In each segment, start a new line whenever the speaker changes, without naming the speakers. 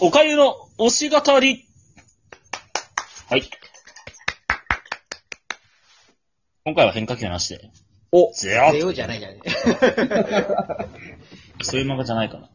おかゆの推し語り。はい。今回は変化球なしで。
お
ゼロ
ゼロじゃないじゃん。
そういう漫画じゃないかな。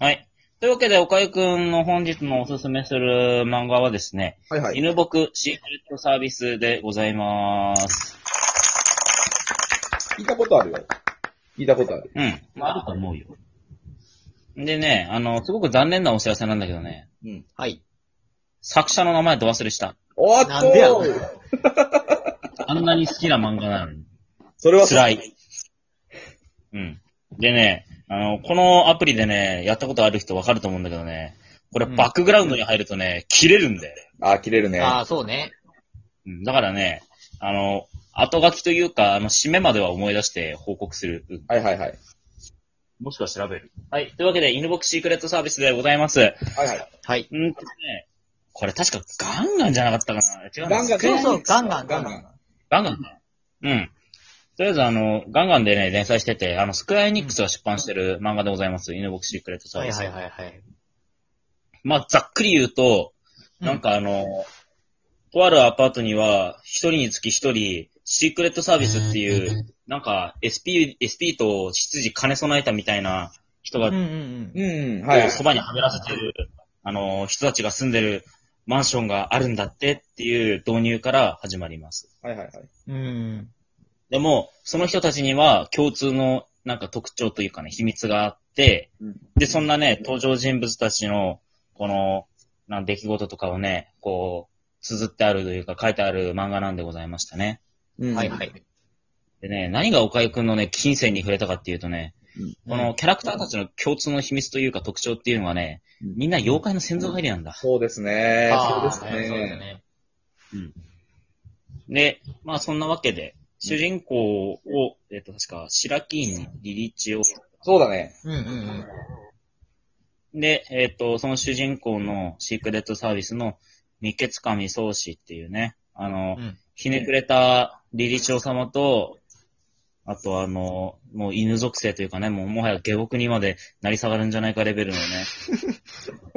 はい。というわけで、おかゆくんの本日のおすすめする漫画はですね、
はいはい。
犬僕シークレットサービスでございます。
聞いたことあるよ。聞いたことある。
うん。まあ、あると思うよ。でね、あの、すごく残念なお知らせなんだけどね、
うん。
はい。
作者の名前ど忘れした。
おっとー
なんでやろ
あんなに好きな漫画なのに。
それは
辛い。うん。でね、あの、このアプリでね、やったことある人わかると思うんだけどね、これ
うん
バックグラウンドに入るとね、切れるんだよ。
あー、切れるね。
ああ、そうね。
うんだからね、あの、後書きというか、あの、締めまでは思い出して報告する。うん
はいはいはい。
もしくは調べる。はい。というわけで、犬ボクシークレットサービスでございます。
はいはい。
はい。
うんとね、これ確かガンガンじゃなかったかな。違うな
ガンガン
そうそう、ガンガン、
ガ
ガ
ン
ンガン。
ガン。
ガンガンね。うん。とりあえず、あの、ガンガンでね、連載してて、あの、スクエアエニックスが出版してる漫画でございます。犬ボクシークレットサー
はい
ビス。
はいはいはい。
まあ、ざっくり言うと、
うん
なんかあの、とあるアパートには、一人につき一人、シークレットサービスっていう、なんか、SP、SP と執事兼ね備えたみたいな人が
うん、うん
うん、はいはい。
そばにはめらせてる、あの、人たちが住んでるマンションがあるんだってっていう導入から始まります。
はいはいはい。
うん。うん。
でも、その人たちには共通のなんか特徴というかね、秘密があって、
うん
で、そんなね、登場人物たちの、この、なん出来事とかをね、こう、綴ってあるというか書いてある漫画なんでございましたね。
うん
はいはい。
でね、何が岡井くんのね、金銭に触れたかっていうとね、このキャラクターたちの共通の秘密というか特徴っていうのはね、
うん
みんな妖怪の先祖返りなんだ。
そうですね。そう
あ
で
あ、
す
そうです
ね。
ね。
で、まあそんなわけで、主人公を、えっと、確か、白木院リリチを、
そうだね。
うんうんうん。
で、えっと、その主人公のシークレットサービスの三毛つかみ宗師っていうね、あの、
うん
ひねくれたリリチョ様と、あとあの、もう犬属性というかね、もうもはや下僕にまで成り下がるんじゃないかレベルのね、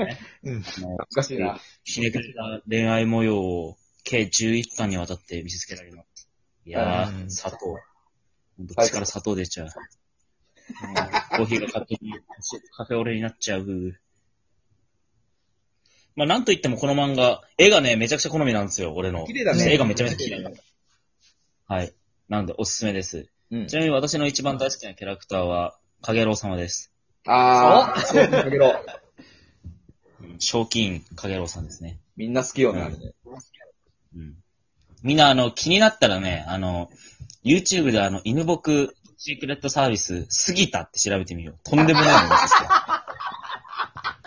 う
あ
ん
の
懐かしいな。
ひねくれた恋愛模様を計11巻にわたって見せつけられます。いやー、
うん
砂糖。どっちから砂糖出 ちゃう。うんコーヒーが勝手にカフェオレになっちゃう。まあ、なんといってもこの漫画、絵がね、めちゃくちゃ好みなんですよ、俺の。
綺麗だね
そして絵がめちゃめちゃ綺麗な。はい。なんで、おすすめです。
うん
ち。なみに私の一番大好きなキャラクターは、かげろう様です。
ああ、そう、かげろう。
うん賞金、かげろうさんですね。
みんな好きよね。
うんみんな、あの、気になったらね、あの、YouTube であの、犬僕シークレットサービス、すぎたって調べてみよう。とんでもないのですよ。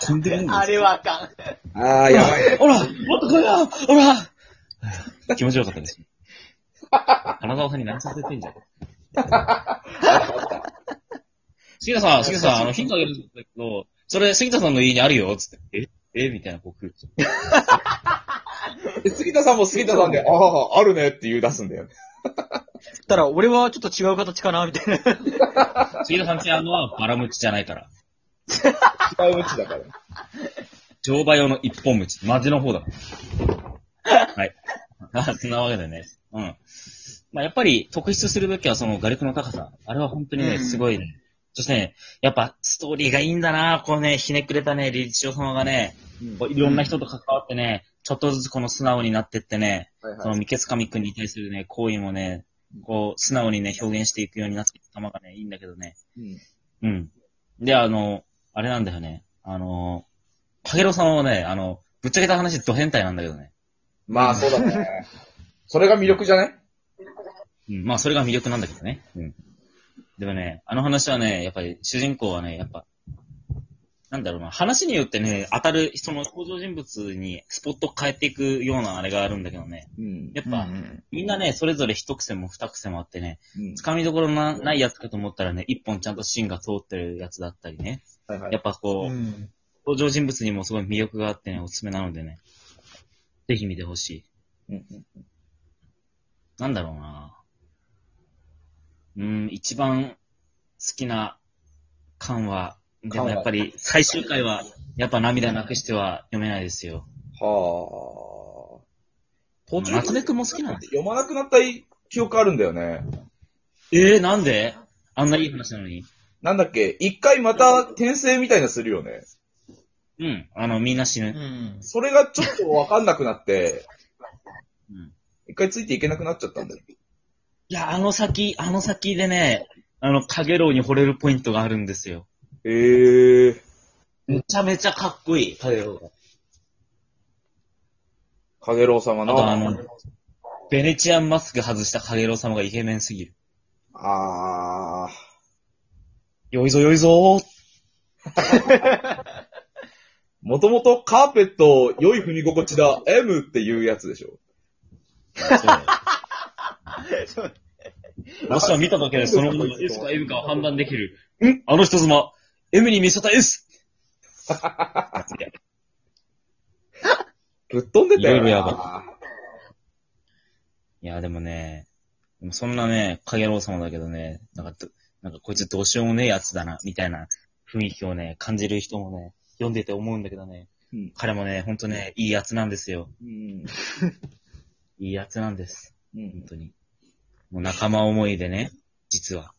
とんでもないの
あ
です
れはあかん。
ああ、やばい。
ほらもっと来いよほら 気持ちよかったです。金沢さんに何させてんじゃん。 杉田さ ん、杉田さん、あの、ヒントあげるんだけど、それ杉田さんの家にあるよ、つって。ええみたいな、僕。
で杉田さんも杉田さんで、ああ、あるねって言う出すんだよね。
たら、俺はちょっと違う形かな、みたいな。
杉田さんってあのはバラムチじゃないから。
違ううちだから。
乗馬用の一本道。マジの方だ。 はい。あそんなわけでね。うん。まあ、やっぱり特筆するべきはその画力の高さ。あれは本当に
う
ね、
ん
すごいね。そしてね、やっぱストーリーがいいんだなこうね、ひねくれたね、理事長様がね、こういろんな人と関わってね、ちょっとずつこの素直になってってね、
はい
そ
は
の
い。
三毛つかみくんに対するね、行為もね、こう、素直にね、表現していくようになっていく様がね、いいんだけどね。
うん
うん。で、あの、あれなんだよね。あの、かげろうさんはね、あの、ぶっちゃけた話、ド変態なんだけどね。
まあ、そうだね。それが魅力じゃない
うん。まあ、それが魅力なんだけどね。うん。でもね、あの話はね、やっぱり主人公はね、やっぱ、なんだろうな、話によってね、当たる、その登場人物にスポットを変えていくようなあれがあるんだけどね。
うん。
やっぱ、みんなね、それぞれ一癖も二癖もあってね、
うん
つかみどころなないやつかと思ったらね、一本ちゃんと芯が通ってるやつだったりね。
はいは
や
い。
っぱこう、
うん。
登場人物にもすごい魅力があってね、おすすめなのでね、ぜひ見てほしい。
うん
なんだろうなうーん、一番好きな感は、でもやっぱり、最終回は、やっぱ涙なくしては読めないですよ。
はあ。途中
夏目くんも好きなんです
読まなくなった記憶あるんだよね。
ええなんであんないい話なのに。
なんだっけ、一回また転生みたいなするよね。
うん。あの、みんな死
う
ぬ。
ん。
それがちょっとわかんなくなって、
うん。
一回ついていけなくなっちゃったんだよ。
いや、あの先、あの先でね、あの、かげろうに惚れるポイントがあるんですよ。
ええー。
めちゃめちゃかっこいい、かげろうが。
かげろう様
あ
の。
とあの、ベネチアンマスク外したかげろう様がイケメンすぎる。
あー。
よいぞよいぞー
もともとカーペット良い踏み心地だ、M っていうやつでしょ。
わしは見ただけでそのものが S か M かを判断できる。んあの人妻、M に見せた S!
ぶっ飛んでた
い
よな。
ろいろやいや、でもね、でもそんなね、かげろう様だけどね、なんかど、なんかこいつどうしようもねえやつだな、みたいな雰囲気をね、感じる人もね、読んでて思うんだけどね、
うん
彼もね、ほんとね、いいやつなんですよ。
うん。
いいやつなんです。
う
本
ん。
当に。もう仲間思いでね、実は。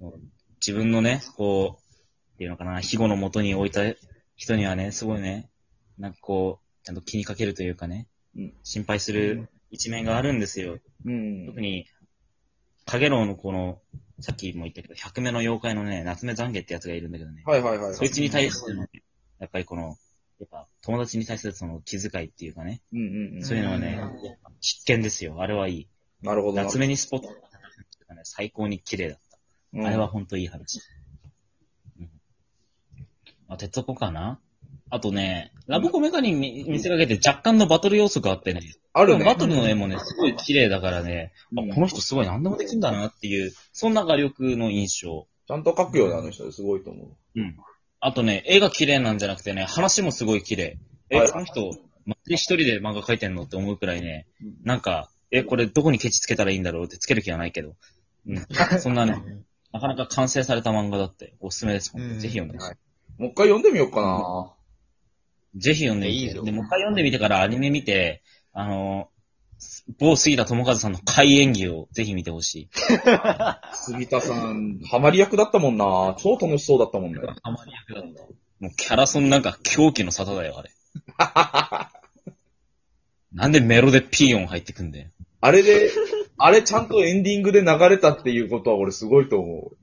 もう自分のね、こう、っていうのかな、庇護のもとに置いた人にはね、すごいね、なんかこう、ちゃんと気にかけるというかね、
うん
心配する一面があるんですよ。
うん
特に、かげろうのこの、さっきも言ったけど、百目の妖怪のね、夏目懺悔ってやつがいるんだけどね、
はいはいはい。
そいつに対しての、やっぱりこの、やっぱ友達に対するその気遣いっていうかね、
うんうんうん。
そういうのはね、やっぱ必見ですよ。あれはいい。
なるほどな。
夏目にスポットが当たった時とかね、最高に綺麗だった。
うん
あれは。ほんといい話。うん。あ、てとこかなあとね、ラブコメカに見見せかけて若干のバトル要素があってね、
あ
で
る
もバ
ね。
トルの絵もね、すごい綺麗だからね、
うん
あこの人すごい何でもできんだなっていう、そんな画力の印象。
ちゃんと書くようなあの人すごいと思う。
うん。あとね、絵が綺麗なんじゃなくてね、話もすごい綺麗。
は
え、
い
この人、ま一人で漫画描いてんのって思うくらいね、なんか、え、これどこにケチつけたらいいんだろうってつける気はないけど。うん。そんなね、なかなか完成された漫画だって、おすすめですもん、
うん
ぜひ読んでほしい。
もう一回読んでみようかな。
ぜひ読んでみて
いいよ
で、もう一回読んでみてからアニメ見て、あの、某杉田智和さんの怪演技をぜひ見てほしい。
杉田さん、ハマり役だったもんな。超楽しそうだったもんね。
あまり役だった。もうキャラソンなんか狂気の沙汰だよ、 あれ。なんでメロでピー音入ってくんだよ。
あ れで、あれちゃんとエンディングで流れたっていうことは俺すごいと思う。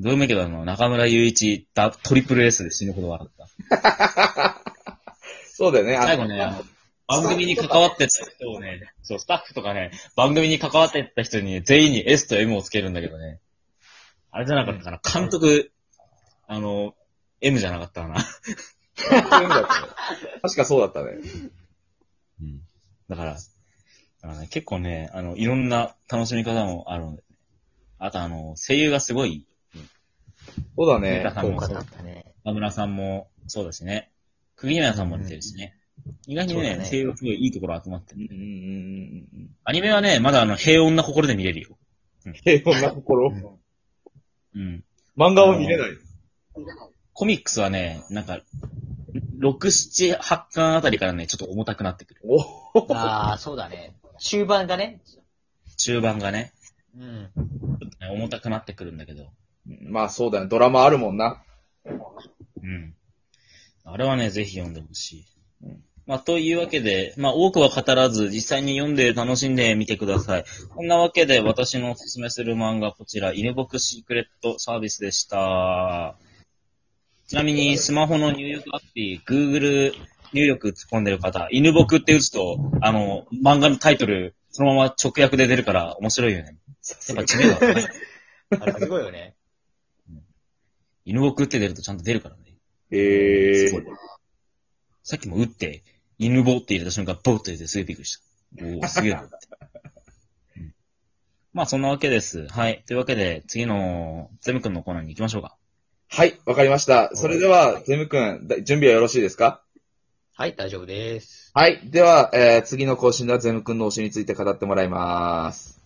どうでもいいけど、あの、中村雄一、だトリプル S で死ぬほど笑った。
そうだよね。あの
最後ね、あの番組に関わってた人をね、そう、スタッフとかね、番組に関わってた人にね、全員に S と M をつけるんだけどね。あれじゃなかったかな、監督、あの、M じゃなかったかな。
そういうんだったね確かそうだったね。
うん。だから、だからね、結構ね、あの、いろんな楽しみ方もあるので、あとあの、声優がすごい、
そうだ
杉
ね
田。さんも
か
そう
だったね。
田村さんもそうだしね、釘宮さんも出てるしね。意外に
そうだ
ね、
ね
声優がすごいいいところ集まって
うん
る。
うんうんうんうん
アニメはね、まだあの、平穏な心で見れるよ。
平穏な心。
うん。
漫画は見れない。
コミックスはね、なんか、6、7、8巻あたりからね、ちょっと重たくなってくる。
お
ああ、そうだね。終盤がね。
中盤がね、
うん。
ちょっとね、重たくなってくるんだけど。
まあそうだね。ドラマあるもんな。
うん。あれはね、ぜひ読んでほしい
うん。
まあ、というわけで、まあ、多くは語らず、実際に読んで楽しんでみてください。こんなわけで、私のおすすめする漫画、こちら、犬クシークレットサービスでした。ちなみに、スマホの入力アプリ、Google 入力突っ込んでる方、犬クって打つと、あの、漫画のタイトル、そのまま直訳で出るから面白いよね。やっぱ知名度が高い。
あれすごいよね。
犬クって出るとちゃんと出るからね。
へえ
すごいさっきも打って、犬棒って入れた瞬間、ボーって入れてすげえびっくりした。おおすげえなって。うんまあ、そんなわけです。はい。というわけで、次の、ゼム君のコーナーに行きましょうか。
はい、わかりました。それでは、ゼム君、だ準備はよろしいですか
はい、大丈夫です。
はい。では、えー次の更新ではゼム君の推しについて語ってもらいます。